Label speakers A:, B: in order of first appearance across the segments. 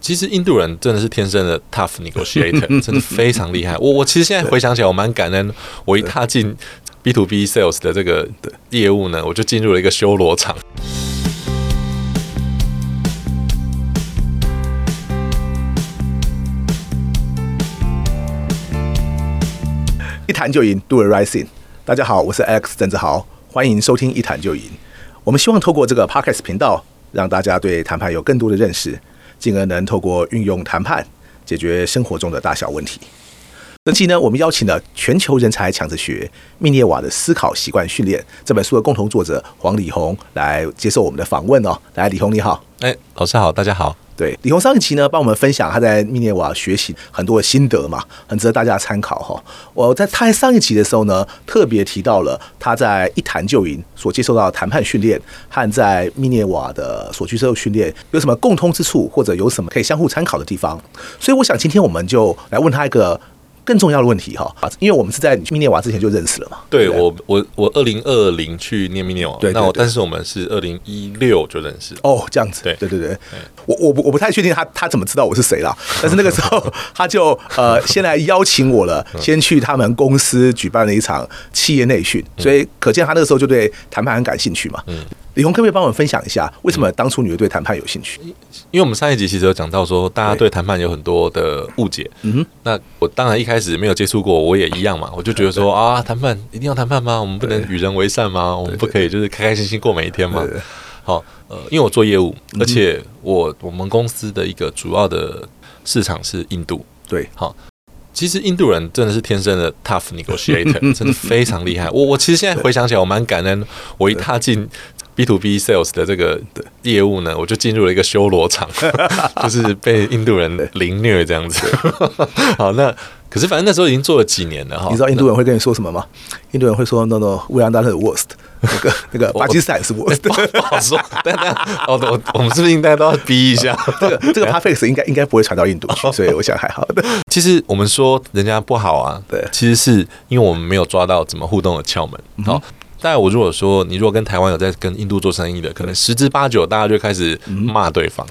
A: 其实印度人真的是天生的 tough negotiator，真的非常厉害。我我其实现在回想起来，我蛮感恩，我一踏进 B to B sales 的这个业务呢，我就进入了一个修罗场。
B: 一谈就赢，Do it rising。大家好，我是 Alex 郑志豪，欢迎收听《一谈就赢》。我们希望透过这个 Podcast 频道，让大家对谈判有更多的认识，进而能透过运用谈判解决生活中的大小问题。这期呢，我们邀请了全球人才强子学密涅瓦的思考习惯训练这本书的共同作者黄李红来接受我们的访问哦。来，李红你好。
A: 哎、老师好，大家好。
B: 对，李红上一期呢，帮我们分享他在密涅瓦学习很多的心得嘛，很值得大家参考哈、我在他在上一期的时候呢，特别提到了他在一谈就赢所接受到的谈判训练和在密涅瓦的所接受的训练有什么共通之处，或者有什么可以相互参考的地方。所以我想今天我们就来问他一个更重要的问题哈、因为我们是在你去密涅瓦之前就认识了嘛。
A: 对
B: 不
A: 我，我我二零二零去念密涅瓦，
B: 对对
A: 那我
B: 对
A: 但是我们是二零一六就认识。
B: 哦，这样子，
A: 对
B: 对对对，我我不我不太确定他他怎么知道我是谁啦，但是那个时候他就呃先来邀请我了，先去他们公司举办了一场企业内训，所以可见他那个时候就对谈判很感兴趣嘛。李红，可不可以帮我们分享一下，为什么当初你会对谈判有兴趣？
A: 因为我们上一集其实有讲到说，大家
B: 对
A: 对谈判有很多的误解。嗯，那我当然一开始没有接触过，我也一样嘛，我就觉得说啊，谈判一定要谈判吗？我们不能与人为善吗？我们不可以就是开开心心过每一天吗
B: 对对？嗯
A: 好，呃，因为我做业务，而且我我们公司的一个主要的市场是印度。
B: 对，
A: 好，其实印度人真的是天生的 tough negotiator，真的非常厉害。我我其实现在回想起来，我蛮感恩，我一踏进 B to B sales 的这个业务呢，我就进入了一个修罗 场，就是被印度人凌虐这样子。 好，那可是反正那时候已经做了几年了哈。
B: 你知道印度人会跟你说什么吗？印度人会说 “No no，we are not the worst”，那个那个巴基斯坦是 worst。
A: 不 好不好说，但但哦，我我们是不是应该都要逼一 下？
B: 这个这个 p a f e x 应该应该不会传到印度去，所以我想还好。
A: 其实我们说人家不好啊，
B: 对嗯
A: 其实是因为我们没有抓到怎么互动的窍门。好，但我如果说你如果跟台湾有在跟印度做生意的，可能十之八九大家就开始骂对 方。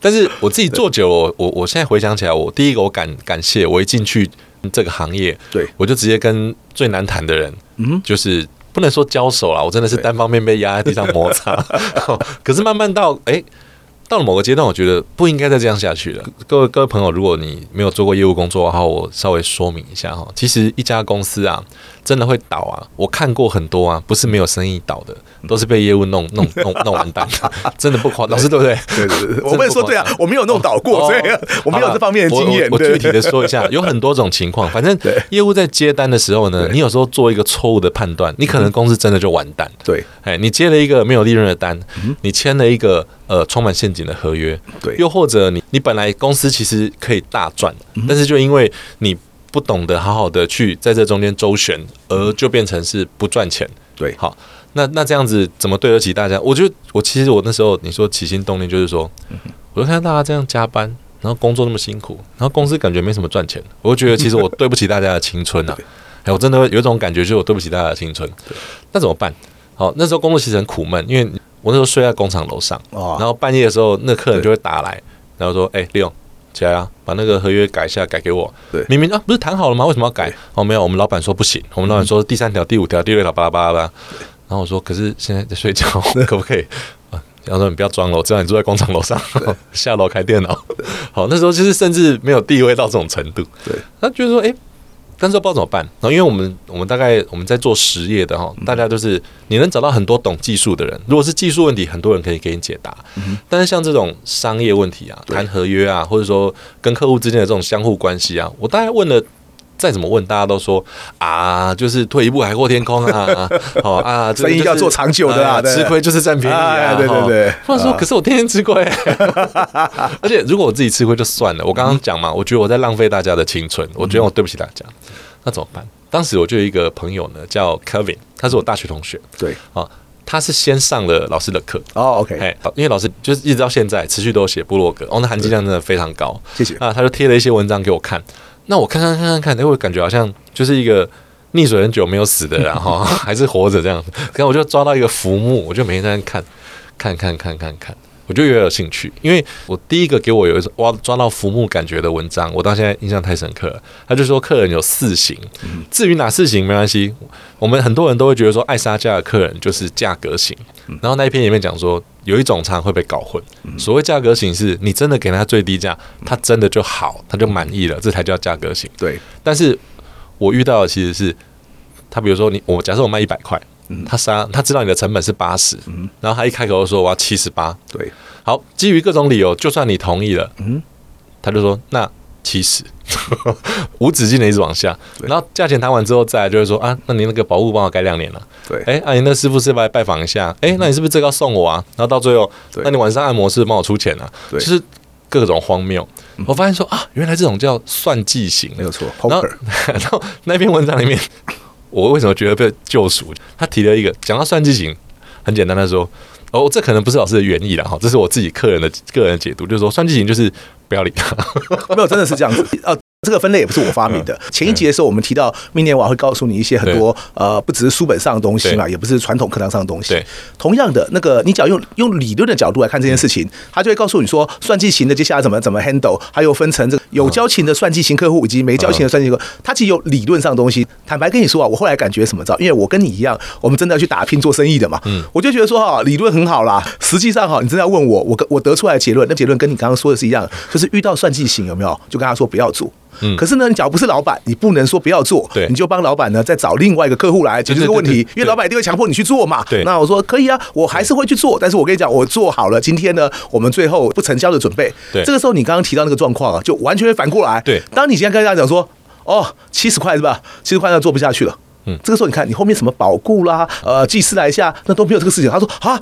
A: 但是我自己做久了，我我我现在回想起来，我第一个我感感谢我一进去这个行业，
B: 对
A: 我就直接跟最难谈的人，
B: 嗯
A: 就是。不能说交手啦，我真的是单方面被压在地上摩 擦。可是慢慢到，哎、到了某个阶段，我觉得不应该再这样下去了。各位各位朋友，如果你没有做过业务工作的话，我稍微说明一下哈。其实一家公司啊，真的会倒啊，我看过很多啊，不是没有生意倒的，都是被业务弄弄弄 弄完蛋的，真的不嗯夸张，老师对不对？
B: 对对对，对我
A: 真的
B: 问
A: 不
B: 说
A: 夸
B: 对啊
A: 张，
B: 我没有弄倒 过，
A: 哦
B: 所以我没有这方面的经验。
A: 我我
B: 对
A: 我具体的说一下，有很多种情况。反 正
B: 对
A: 业务在接单的时候呢，你有时候做一个错误的判断，你可能公司真的就完蛋。
B: 对
A: 哎，你接了一个没有利润的单，你签了一个呃充满陷阱的合约，
B: 对
A: 又或者你你本来公司其实可以大赚，
B: 嗯
A: 但是就因为你不懂得好好的去在这中间周旋，而就变成是不赚钱。
B: 对
A: 好，那那这样子怎么对得起大家？我觉得我其实我那时候你说起心动念就是说，我就看到大家这样加班，然后工作那么辛苦，然后公司感觉没什么赚钱，我就觉得其实我对不起大家的青春啊！哎，我真的会有一种感觉，就是我对不起大家的青春。那怎么办？好，那时候工作其实很苦闷，因为我那时候睡在工厂楼上，
B: 哦
A: 然后半夜的时候，那客人就会打来，然后说：“哎、利用起来啊，把那个合约改一下，改给我。”
B: 对
A: 明明啊，不是谈好了吗？为什么要改？哦，没有，我们老板说不行，我们老板说第三条、第五条、第六条，巴拉巴拉巴拉。然后我说：“可是现在在睡 觉，可不可以？”啊，然后说：“你不要装了，我知道你住在工厂楼上， 下楼开电脑。” 好，那时候就是甚至没有地位到这种程度。
B: 对，
A: 他觉得说：“哎、但是不知道怎么办。然后因为我们我们大概我们在做实业的
B: 嗯
A: 哈，大家都是你能找到很多懂技术的人。如果是技术问题，很多人可以给你解答。
B: 嗯
A: 但是像这种商业问题啊，谈合约啊，或者说跟客户之间的这种相互关系啊，我大概问了。再怎么问，大家都说啊，就是退一步海阔天空啊，好啊，这个
B: 生意
A: 就是
B: 要做长久的
A: 哎
B: 啊
A: 呀
B: 对
A: 吃亏就是占便宜啊，
B: 哎对对
A: 哈
B: 对
A: 或者说，
B: 啊
A: 可是我天天吃 亏，而且如果我自己吃亏就算了，我刚刚讲嘛，我觉得我在浪费大家的青春，我觉得我对不起大家，那怎么办？当时我就有一个朋友呢，叫 Kevin，他是我大学同学
B: 对，
A: 啊，他是先上了老师的课。
B: 哦，OK，
A: 哎，因为老师就是一直到现在持续都有写部落格，哦，那含金量真的非常高。
B: 谢谢
A: 啊，他就贴了一些文章给我看，那我看看看看看，哎，我感觉好像就是一个溺水很久没有死的人啊哈， 还是活着这样。然后我就抓到一个浮木，我就每天在那看，看看看看看，我就越来越有兴趣，因为我第一个给我有一种哇抓到浮木感觉的文章，我到现在印象太深刻了。他就说客人有四型，至于哪四型没关系，我们很多人都会觉得说爱杀价的客人就是价格型，然后那一篇里面讲说有一种常会被搞混，所谓价格型是你真的给他最低价，他真的就好，他就满意了，这才叫价格型。
B: 对，
A: 但是我遇到的其实是，他比如说你，我假设我卖一百块，他杀他知道你的成本是八十，然后他一开口就说我要七十八，
B: 对，
A: 好，基于各种理由，就算你同意了，他就说那七十， 无止境的一直往下，
B: 对
A: 然后价钱谈完之后，再来就会说啊，那你那个保护帮我改两年了，
B: 对嗯
A: 哎，啊，你那师傅是不是来拜访一下？哎，那你是不是这个要送我啊？然后到最后
B: 对，
A: 那你晚上按摩是帮我出钱啊？
B: 对嗯
A: 就是各种荒谬。我发现说啊，原来这种叫算计型，
B: 没有错
A: 然后
B: ，poker，
A: 然后那篇文章里面，我为什么觉得被救赎？他提了一个讲到算计型，很简单的说，哦，这可能不是老师的原意了哈，这是我自己个人的个人的解读，就是说算计型就是不要理他，
B: 没有，真的是 这样子。呃，这个分类也不是我发明的。
A: 嗯
B: 前一集的时候，我们提到密涅瓦会告诉你一些很多呃，不只是书本上的东西嘛，也不是传统课堂上的东西
A: 对。
B: 同样的，那个你只要用用理论的角度来看这件事情，他就会告诉你说，算计型的接下来怎么怎么 handle，还有分成这个有交情的算计型客户以及没交
A: 嗯
B: 情的算计型客户，他其实有理论上的东西。坦白跟你说啊，我后来感觉什么知道？因为我跟你一样，我们真的要去打拼做生意的嘛，
A: 嗯
B: 我就觉得说哈，理论很好啦，实际上哈，你真的要问我，我跟我得出来的结论，那结论跟你刚刚说的是一样，就是遇到算计型有没有，就跟他说不要做。
A: 嗯
B: 可是呢，你假如不是老板，你不能说不要做，
A: 对
B: 你就帮老板呢再找另外一个客户来解决这个问题，
A: 对对对对
B: 因为老板一定会强迫你去做嘛。
A: 对
B: 那我说可以啊，我还是会去做，但是我跟你讲，我做好了，今天呢，我们最后不成交的准备。
A: 对
B: 这个时候你刚刚提到那个状况啊，就完全会反过来。
A: 对
B: 当你现在跟大家讲说，哦，七十块是吧？七十块那做不下去了。嗯，这个时候你看，你后面什么保固啦，呃，技师来一下，那都没有这个事情。他说啊。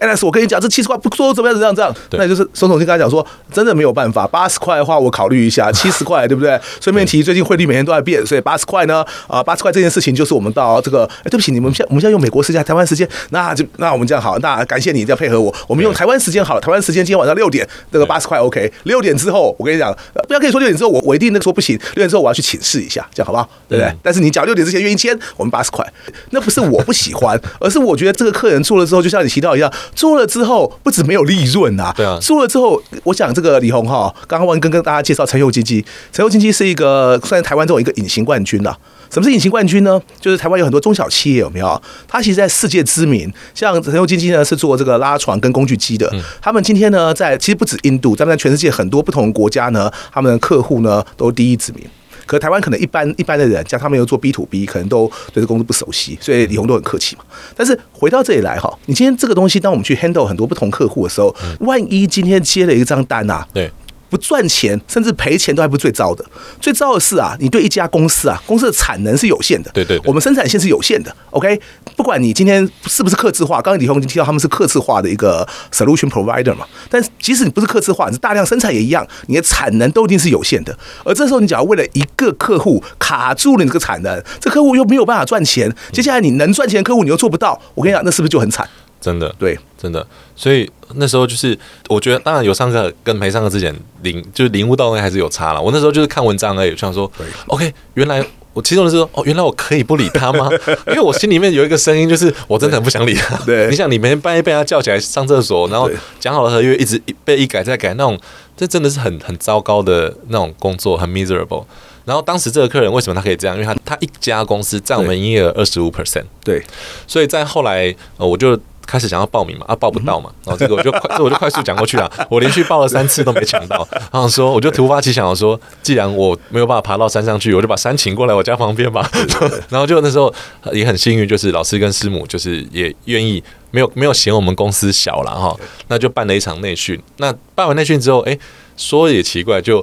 B: Alex，我跟你讲，这七十块不做怎么样？怎么样？这样，
A: 对
B: 那就是松总就跟他讲说，真的没有办法，八十块的话我考虑一下，七十块对不对？顺便提，最近汇率每天都在变，所以八十块呢，啊，八十块这件事情就是我们到这个，哎，对不起，你们现我们现在用美国时间、台湾时间，那就那我们这样好，那感谢你这样配合我，我们用台湾时间好了，台湾时间今天晚上六点，那个八十块 OK，六点之后我跟你讲，呃不要跟你说六点之后我我一定那个说不行，六点之后我要去请示一下，这样好不好？对不对？
A: 嗯
B: 但是你讲六点之前愿意签，我们八十块，那不是我不喜欢，而是我觉得这个客人做了之后，就像你提到一样，做了之后不止没有利润啊，
A: 对啊
B: 做了之后，我想这个李红哈，刚刚我跟跟大家介绍陈佑金基，陈佑金基是一个算是台湾这种一个隐形冠军啦、啊什么是隐形冠军呢？就是台湾有很多中小企业有没有？它其实，在世界知名。像陈佑金基呢，是做这个拉床跟工具机的。他们今天呢，在其实不止印度，咱们在全世界很多不同的国家呢，他们的客户呢都第一指名。可台湾可能一般一般的人，像他们又做 B to B，可能都对这公司不熟悉，所以李红都很客气嘛。但是回到这里来哈，你今天这个东西，当我们去 handle 很多不同客户的时候，万一今天接了一张单啊，
A: 对。
B: 不赚钱，甚至赔钱都还不是最糟的。最糟的是啊，你对一家公司啊，公司的产能是有限的，
A: 对对对
B: 我们生产线是有限的。OK，不管你今天是不是客制化，刚刚李红已经提到他们是客制化的一个 solution provider 嘛，但是即使你不是客制化，你是大量生产也一样，你的产能都一定是有限的。而这时候你只要为了一个客户卡住了你这个产能，这客户又没有办法赚钱，接下来你能赚钱的客户你又做不到，我跟你讲，那是不是就很惨？
A: 真的，
B: 对，
A: 真的。所以那时候就是，我觉得当然有上课跟没上课之前领，就是领悟到的还是有差了。我那时候就是看文章而已，就想说，OK，原来。我其中的是说，哦，原来我可以不理他 吗？因为我心里面有一个声音，就是我真的很不想理他。
B: 对
A: 你想，你每天半夜被他叫起来上厕所，然后
B: 对
A: 讲好的合约一直被一改再改，那种这真的是很很糟糕的那种工作，很 miserable。然后当时这个客人为什么他可以这样？因为他他一家公司占我们营业额二十五 percent，
B: 对，
A: 所以在后来，呃，我就开始想要报名嘛，啊，报不到嘛，然后这个我就快，这我就快速讲过去了，我连续报了三次都没抢到，然后说我就突发奇想，我说既然我没有办法爬到山上去，我就把山请过来我家旁边吧， 然后就那时候呃也很幸运，就是老师跟师母就是也愿意。没有没有嫌我们公司小了哈，那就办了一场内训。那办完内训之后，哎，说也奇怪，就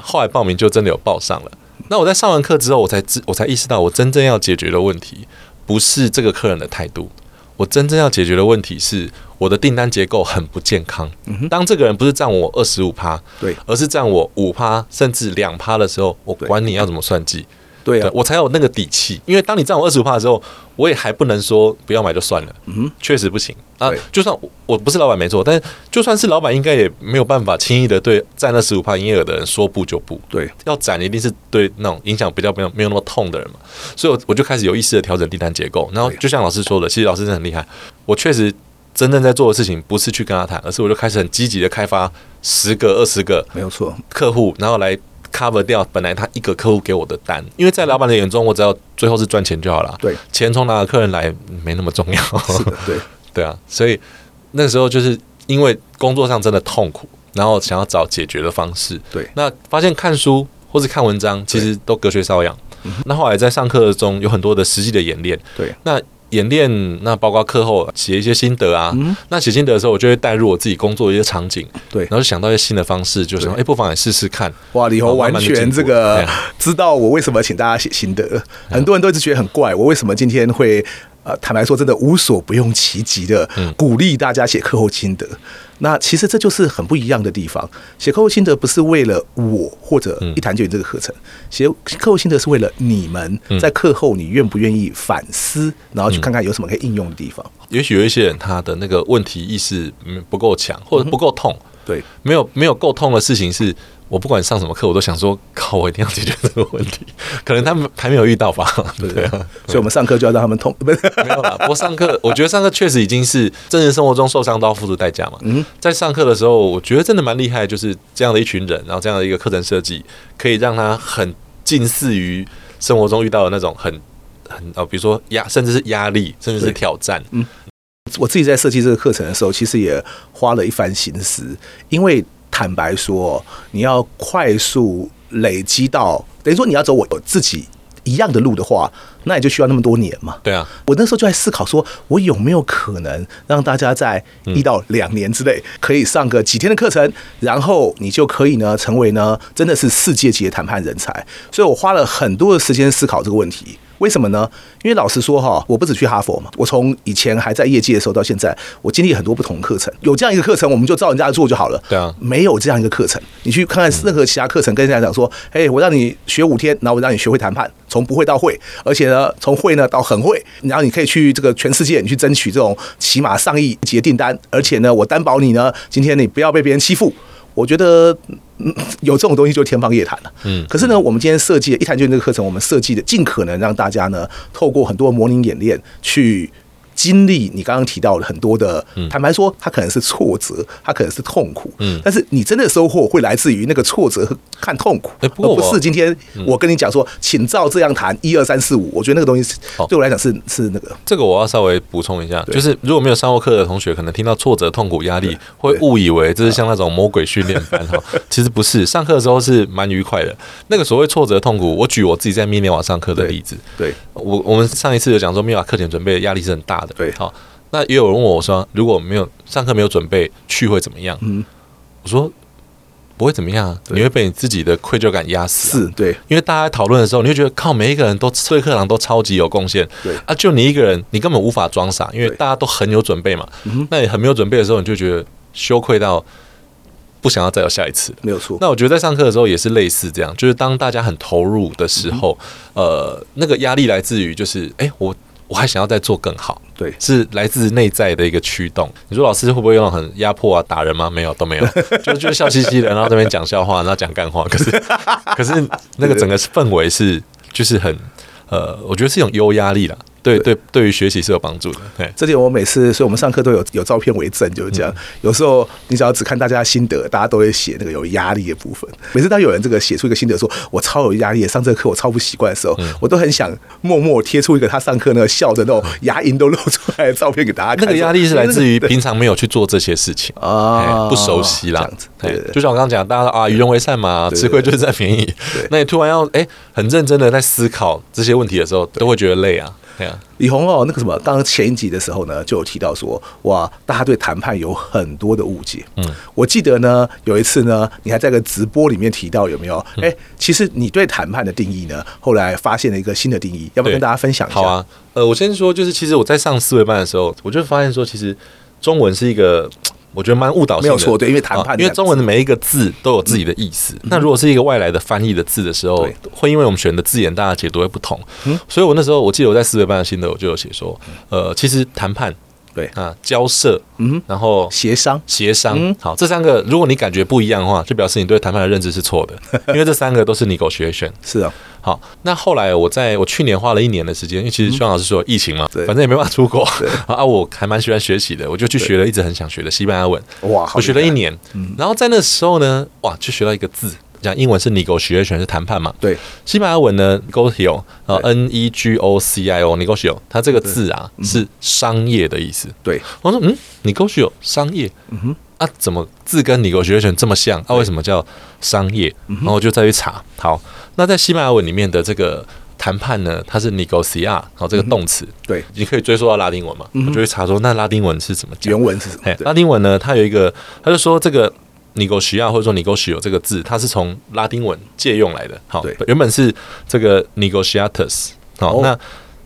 A: 后来报名就真的有报上了。那我在上完课之后，我才知我才意识到，我真正要解决的问题不是这个客人的态度，我真正要解决的问题是我的订单结构很不健康。当这个人不是占我二十五趴，
B: 嗯对
A: 而是占我五趴甚至两趴的时候，我管你要怎么算计。
B: 对啊
A: 对，我才有那个底气。因为当你占我二十五趴的时候，我也还不能说不要买就算了，嗯，确实不行啊
B: 对。
A: 就算我我不是老板没错，但就算是老板，应该也没有办法轻易的对占那十五趴营业额的人说不就不。
B: 对，
A: 要斩一定是对那种影响比较没有没有那么痛的人嘛。所以我我就开始有意识的调整订单结构，然后就像老师说的，其实老师真的很厉害，我确实。真正在做的事情不是去跟他谈，而是我就开始很积极的开发十个、二十个
B: 没有错，
A: 客户，然后来 cover 掉本来他一个客户给我的单。因为在老板的眼中，我只要最后是赚钱就好了。
B: 对，
A: 钱从哪个客人来没那么重要。
B: 是的，对，
A: 对啊，所以那时候就是因为工作上真的痛苦，然后想要找解决的方式。
B: 对
A: 那发现看书或是看文章，其实都隔靴搔痒。
B: 嗯
A: 那后来在上课中有很多的实际的演练，
B: 对，
A: 那演练那包括课后写一些心得啊，那写心得的时候，我就会带入我自己工作的一些场景，
B: 嗯对
A: 然后就想到一些新的方式，就是哎、诶不妨也试试看。
B: 哇，李红
A: 然后慢
B: 完
A: 慢地进
B: 全
A: 步
B: 这个
A: 对啊嗯
B: 知道我为什么请大家写心得，很多人都一直觉得很怪，我为什么今天会呃，坦白说，真的无所不用其极的
A: 嗯
B: 鼓励大家写课后心得。那其实这就是很不一样的地方。写课后心得不是为了我或者一谈就赢这个课程，
A: 嗯
B: 写课后心得是为了你们在课后你愿不愿意反思，然后
A: 嗯
B: 去看看有什么可以应用的地方。
A: 也许有一些人他的那个问题意识嗯不够强，或者不够痛，
B: 对，
A: 没有没有够痛的事情是。我不管上什么课，我都想说，靠，我一定要解决这个问题。 可能他们还没有遇到吧， 对啊。
B: 所以我们上课就要让他们痛，不是？
A: 没有啦，不过上课，我觉得上课确实已经是真实生活中受伤都要付出代价嘛。在上课的时候，我觉得真的蛮厉害，就是这样的一群人，然后这样的一个课程设计，可以让他很近似于生活中遇到的那种很很呃，比如说压，甚至是压力，甚至是
B: 对
A: 挑战。
B: 我自己在设计这个课程的时候，其实也花了一番心思，因为坦白说，你要快速累积到，等于说你要走我自己一样的路的话，那也就需要那么多年嘛。
A: 对啊，
B: 我那时候就在思考说，我有没有可能让大家在一到两年之内可以上个几天的课程，然后你就可以呢成为呢真的是世界级的谈判人才。所以我花了很多的时间思考这个问题。为什么呢？因为老实说哈，我不止去哈佛嘛，我从以前还在业界的时候到现在，我经历很多不同的课程。有这样一个课程，我们就照人家的做就好了。
A: 对啊
B: 没有这样一个课程，你去看看任何其他课程，跟人家讲说，哎，我让你学五天，然后我让你学会谈判，从不会到会，而且呢，从会呢到很会，然后你可以去这个全世界，你去争取这种起码上亿级的订单，而且呢，我担保你呢，今天你不要被别人欺负。我觉得、嗯、有这种东西就天方夜谭了。
A: 嗯
B: 可是呢，我们今天设计的一谈就赢这个课程，我们设计的尽可能让大家呢，透过很多模拟演练去经历你刚刚提到的很多的，坦白说，它可能是挫折，它可能是痛苦，
A: 嗯
B: 但是你真的收获会来自于那个挫折看痛苦，
A: 哎不过
B: 而
A: 我嗯
B: 不是今天我跟你讲说，请照这样谈一二三四五，我觉得那个东西是
A: 哦
B: 对我来讲是是那个
A: 这个我要稍微补充一下，
B: 对
A: 就是如果没有上过课的同学，可能听到挫折、痛苦、压力，会误以为这是像那种魔鬼训练班 哈，其实不是。上课的时候是蛮愉快的。那个所谓挫折、痛苦，我举我自己在密涅瓦上课的
B: 对
A: 例子，
B: 对
A: 我我们上一次有讲说，密瓦课前准备的压力是很大的。
B: 对
A: 好，那也有人问我说，如果没有上课没有准备去会怎么样？
B: 嗯
A: 我说不会怎么样啊，
B: 对
A: 你会被你自己的愧疚感压死啊、
B: 是，对
A: 因为大家讨论的时候，你会觉得靠，每一个人都对课堂都超级有贡献，
B: 对
A: 啊，就你一个人，你根本无法装傻，因为
B: 对嗯
A: 大家都很有准备嘛
B: 哼。
A: 那你很没有准备的时候，你就觉得羞愧到不想要再有下一次了。
B: 没有错，
A: 那我觉得在上课的时候也是类似这样，就是当大家很投入的时候，呃，那个压力来自于就是，哎、我我还想要再做更好，
B: 对
A: 是来自内在的一个驱动。你说老师会不会用很压迫啊、打人吗？没有，都没 有，就就是笑嘻嘻的，然后这边讲笑话，然后讲干话。可是 可是那个整个氛围是就是很呃，我觉得是一种优压力啦。对对，对于学习是有帮助的。对，
B: 这点我每次，所以我们上课都有有照片为证，就是这样。
A: 嗯
B: 有时候你只要只看大家的心得，大家都会写那个有压力的部分。每次当有人这个写出一个心得说“我超有压力，上这个课我超不习惯”的时候，
A: 嗯
B: 我都很想默默贴出一个他上课那个笑的那种 牙龈都露出来的照片给大家看。
A: 那个压力是来自于
B: 对
A: 平常没有去做这些事情
B: 啊
A: 哎不熟悉啦
B: 这样子。
A: 哎
B: 对对对
A: 就像我刚刚讲，大家都啊，与人为善嘛，
B: 对
A: 吃亏就是占便宜。 那你突然要哎很认真的在思考这些问题的时候，都会觉得累啊。对啊，
B: 李红哦，那个什么，刚刚前一集的时候呢，就有提到说，哇，大家对谈判有很多的误解。嗯，我记得呢，有一次呢，你还在个直播里面提到有没有？
A: 嗯
B: 哎、其实你对谈判的定义呢，后来发现了一个新的定义，要不
A: 对
B: 要跟大家分享一下？
A: 好，啊，呃，我先说，就是其实我在上思维班的时候，我就发现说，其实中文是一个。我觉得蛮误导性的，
B: 没有错对因为谈判
A: 啊因为中文的每一个字都有自己的意思。那如果是一个外来的翻译的字的时候
B: 嗯对，嗯
A: 会因为我们选的字眼，大家解读会不同。所以我那时候我记得我在思维班的心得，我就有写说，呃，其实谈判
B: 对，
A: 啊，交涉，
B: 嗯，
A: 然后
B: 协商，
A: 协商，好，这三个 如果你感觉不一样的话，就表示你对谈判的认知是错的，因为这三个都是你狗学选。
B: 是啊，
A: 好，那后来我在我去年花了一年的时间，因为其实庄老师说疫情嘛，
B: 嗯对
A: 反正也没办法出国 啊，我还蛮喜欢学习的，我就去学了一直很想学的西班牙文，
B: 哇好
A: 我学了
B: 厉
A: 一
B: 害嗯
A: 年，然后在那时候呢，哇，就学到一个字。讲英文是 negotiation 是谈判嘛？
B: 对，
A: 西班牙文呢 negocio 呃 n e g o c i o negocio，它这个字啊是商业的意思。
B: 嗯对，
A: 我说嗯，negocio 商业，嗯哼，啊，怎么字跟 negotiation 这么像？啊，为什么叫商业？然后我就再去查。好，那在西班牙文里面的这个谈判呢，它是 negocia，好这个动词，
B: 对，
A: 你可以追溯到拉丁文嘛？我就去查说那拉丁文是怎么讲
B: 原。文是什么？
A: 哎，
B: 对
A: 拉丁文呢，它有一个，他就说这个 “negotia” 或者说 “negotio” 这个字，它是从拉丁文借用来的。好，
B: 对
A: 原本是这个 “negotiatus”。好，
B: 哦
A: 那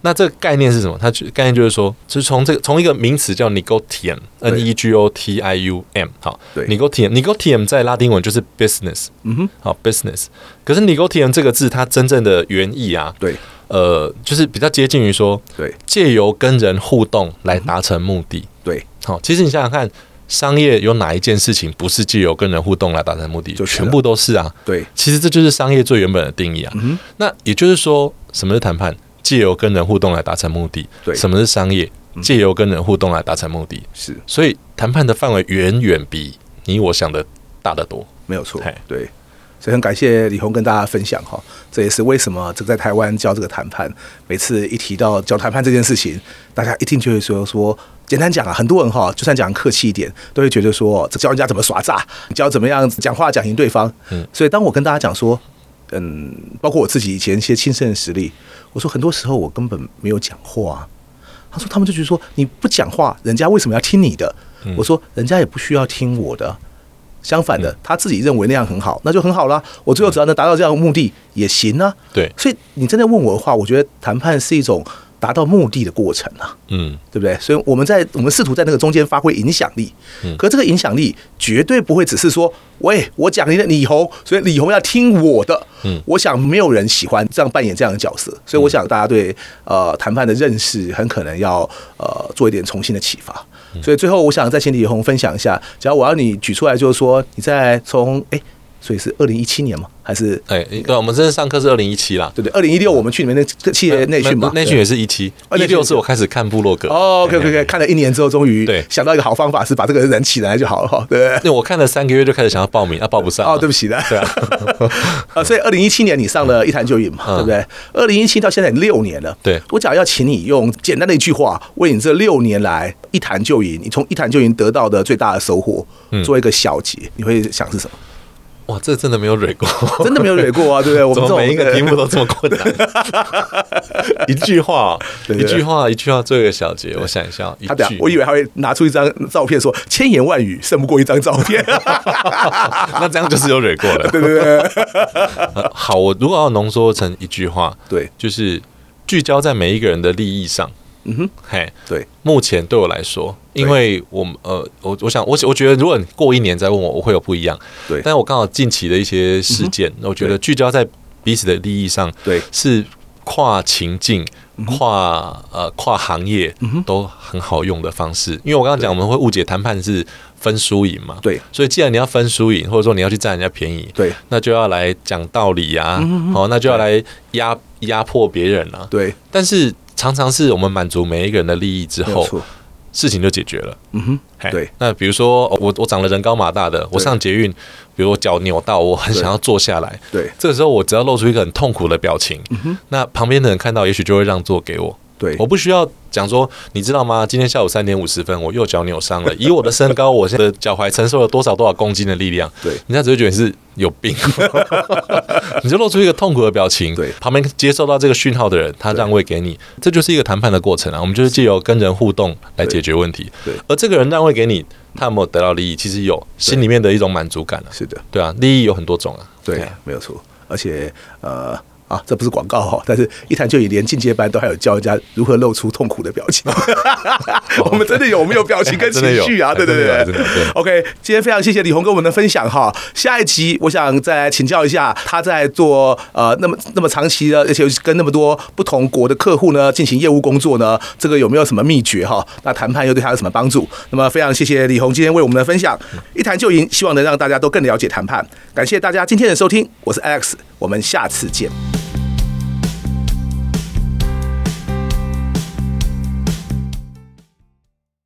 A: 那这个概念是什么？它就概念就是说，就是从这个从一个名词叫 “negotium”（n
B: 对
A: e g o t i u m） 好
B: 对
A: ，“negotium”“negotium” 在拉丁文就是 “business”。
B: 嗯哼，
A: 好，business。可是 “negotium” 这个字，它真正的原意啊，
B: 对
A: 呃，就是比较接近于说，
B: 对
A: 借由跟人互动来达成目的。
B: 对，
A: 好、其实你想想看，商业有哪一件事情不是借由跟人互动来达成目的？
B: 就是啊
A: 全部都是啊。
B: 对嗯
A: 其实这就是商业最原本的定义啊。
B: 哼
A: 那也就是说，什么是谈判？借由跟人互动来达成目的。
B: 对嗯
A: 什么是商业？借由跟人互动来达成目的。
B: 是
A: 所以谈判的范围远远比你我想的大得多。
B: 没有错
A: 嘿，
B: 对。所以很感谢李红跟大家分享哈，这也是为什么这个在台湾教这个谈判，每次一提到教谈判这件事情，大家一定就会说说，简单讲啊，很多人哈，就算讲客气一点，都会觉得说，这教人家怎么耍诈，教怎么样讲话讲赢对方。嗯，所以当我跟大家讲说，嗯，包括我自己以前一些亲身的实例，我说很多时候我根本没有讲话、啊，他说他们就觉得说你不讲话，人家为什么要听你的？我说人家也不需要听我的。相反的，他自己认为那样很好，那就很好啦。我最后只要能达到这样的目的也行啊。
A: 对
B: 所以你真的问我的话，我觉得谈判是一种达到目的的过程啊。
A: 嗯，
B: 对不对？所以我们在我们试图在那个中间发挥影响力，可这个影响力绝对不会只是说，喂，我讲你的李红，所以李红要听我的。嗯，我想没有人喜欢这样扮演这样的角色，所以我想大家对呃谈判的认识很可能要呃做一点重新的启发。所以最后，我想再请李红分享一下，只要我要你举出来，就是说你在从哎，所以是二零一七年吗？还是
A: 哎、对，我们这次上课是二零一七啦。
B: 对不对？二零一六我们去你们那企业内训嘛，
A: 内
B: 对
A: 训也是一七，
B: 哦
A: 一
B: 内训
A: 六是我开始看部落格。
B: 哦，OK OK OK，看了一年之后，终于
A: 对
B: 想到一个好方法，是把这个人起来就好了，哈，对不对？
A: 那我看了三个月就开始想要报名，啊，报不上啊。
B: 哦，对不起的，
A: 对啊。
B: 啊，所以二零一七年你上了一谈就赢嘛，对不对？二零一七到现在六年了，
A: 嗯对
B: 我假如要请你用简单的一句话，为你这六年来一谈就赢，你从一谈就赢得到的最大的收获，
A: 嗯
B: 做一个小结，你会想 是什么？
A: 哇，这真的没有蕊过，
B: 真的没有蕊过 啊，对不对？我
A: 怎
B: 们这
A: 么
B: 种
A: 每一个题目都这么困 难？一句话，
B: 对
A: 一
B: 对
A: 句话，一句话，做一个小结，我想一下，一
B: 他等下
A: 句，
B: 啊我以为他会拿出一张照片说千言万语胜不过一张照片，
A: 那这样就是有蕊过了。
B: 对对对
A: 呃 好，我如果要浓缩成一句话，
B: 对
A: 就是聚焦在每一个人的利益上。嗯
B: 哼，
A: 嘿，
B: 对，
A: 目前对我来说，因为我们呃，我我想我我觉得，如果你过一年再问我，我会有不一样。
B: 对嗯
A: 但我刚好近期的一些事件，我觉得聚焦在彼此的利益上，
B: 对嗯
A: 是跨情境、跨呃跨行业都很好用的方式。因为我刚刚讲，我们会误解谈判是分输赢嘛，
B: 对
A: 所以既然你要分输赢，或者说你要去占人家便宜，
B: 对嗯
A: 那就要来讲道理啊，好、那就要来压压迫别人啊，
B: 对，
A: 但是常常是我们满足每一个人的利益之
B: 没有
A: 后，
B: 错，
A: 事情就解决了。
B: 嗯哼，
A: 嘿
B: 对，
A: 那比如说哦我我长得人高马大的，我上捷运，比如我脚扭到，我很
B: 对
A: 想要坐下来，
B: 对嗯
A: 这个时候我只要露出一个很痛苦的表情，那旁边的人看到，也许就会让座给我。
B: 对
A: 我不需要讲说，你知道吗？今天下午三点五十分，我右脚扭伤了。以我的身高，我现在的脚踝承受了多少多少公斤的力量？
B: 对
A: 人家只会觉得你是有 病，你就露出一个痛苦的表情。
B: 对
A: 旁边接受到这个讯号的人，他让位给你，这就是一个谈判的过程啊。我们就是借由跟人互动来解决问题。
B: 对
A: 而这个人让位给你，他有没有得到利益？其实有，心里面的一种满足感啊。
B: 是的。
A: 对啊，利益有很多种啊。
B: 对，没有错。而且呃啊，这不是广告哈、但是一谈就以连进阶班都还有教人家如何露出痛苦的表情。 我们真的有，我们有表情跟 情
A: 真的有
B: 绪啊，对对
A: 还真的有还真
B: 对
A: 的有对
B: OK，今天非常谢谢李红跟我们的分享哈。下一集我想再请教一下，他在做呃那么那么长期的，而且跟那么多不同国的客户呢进行业务工作呢，这个有没有什么秘诀哈？那谈判又对他有什么帮助？那么非常谢谢李红今天为我们的分享，一谈就赢，希望能让大家都更了解谈判。感谢大家今天的收听，我是 Alex，我们下次见，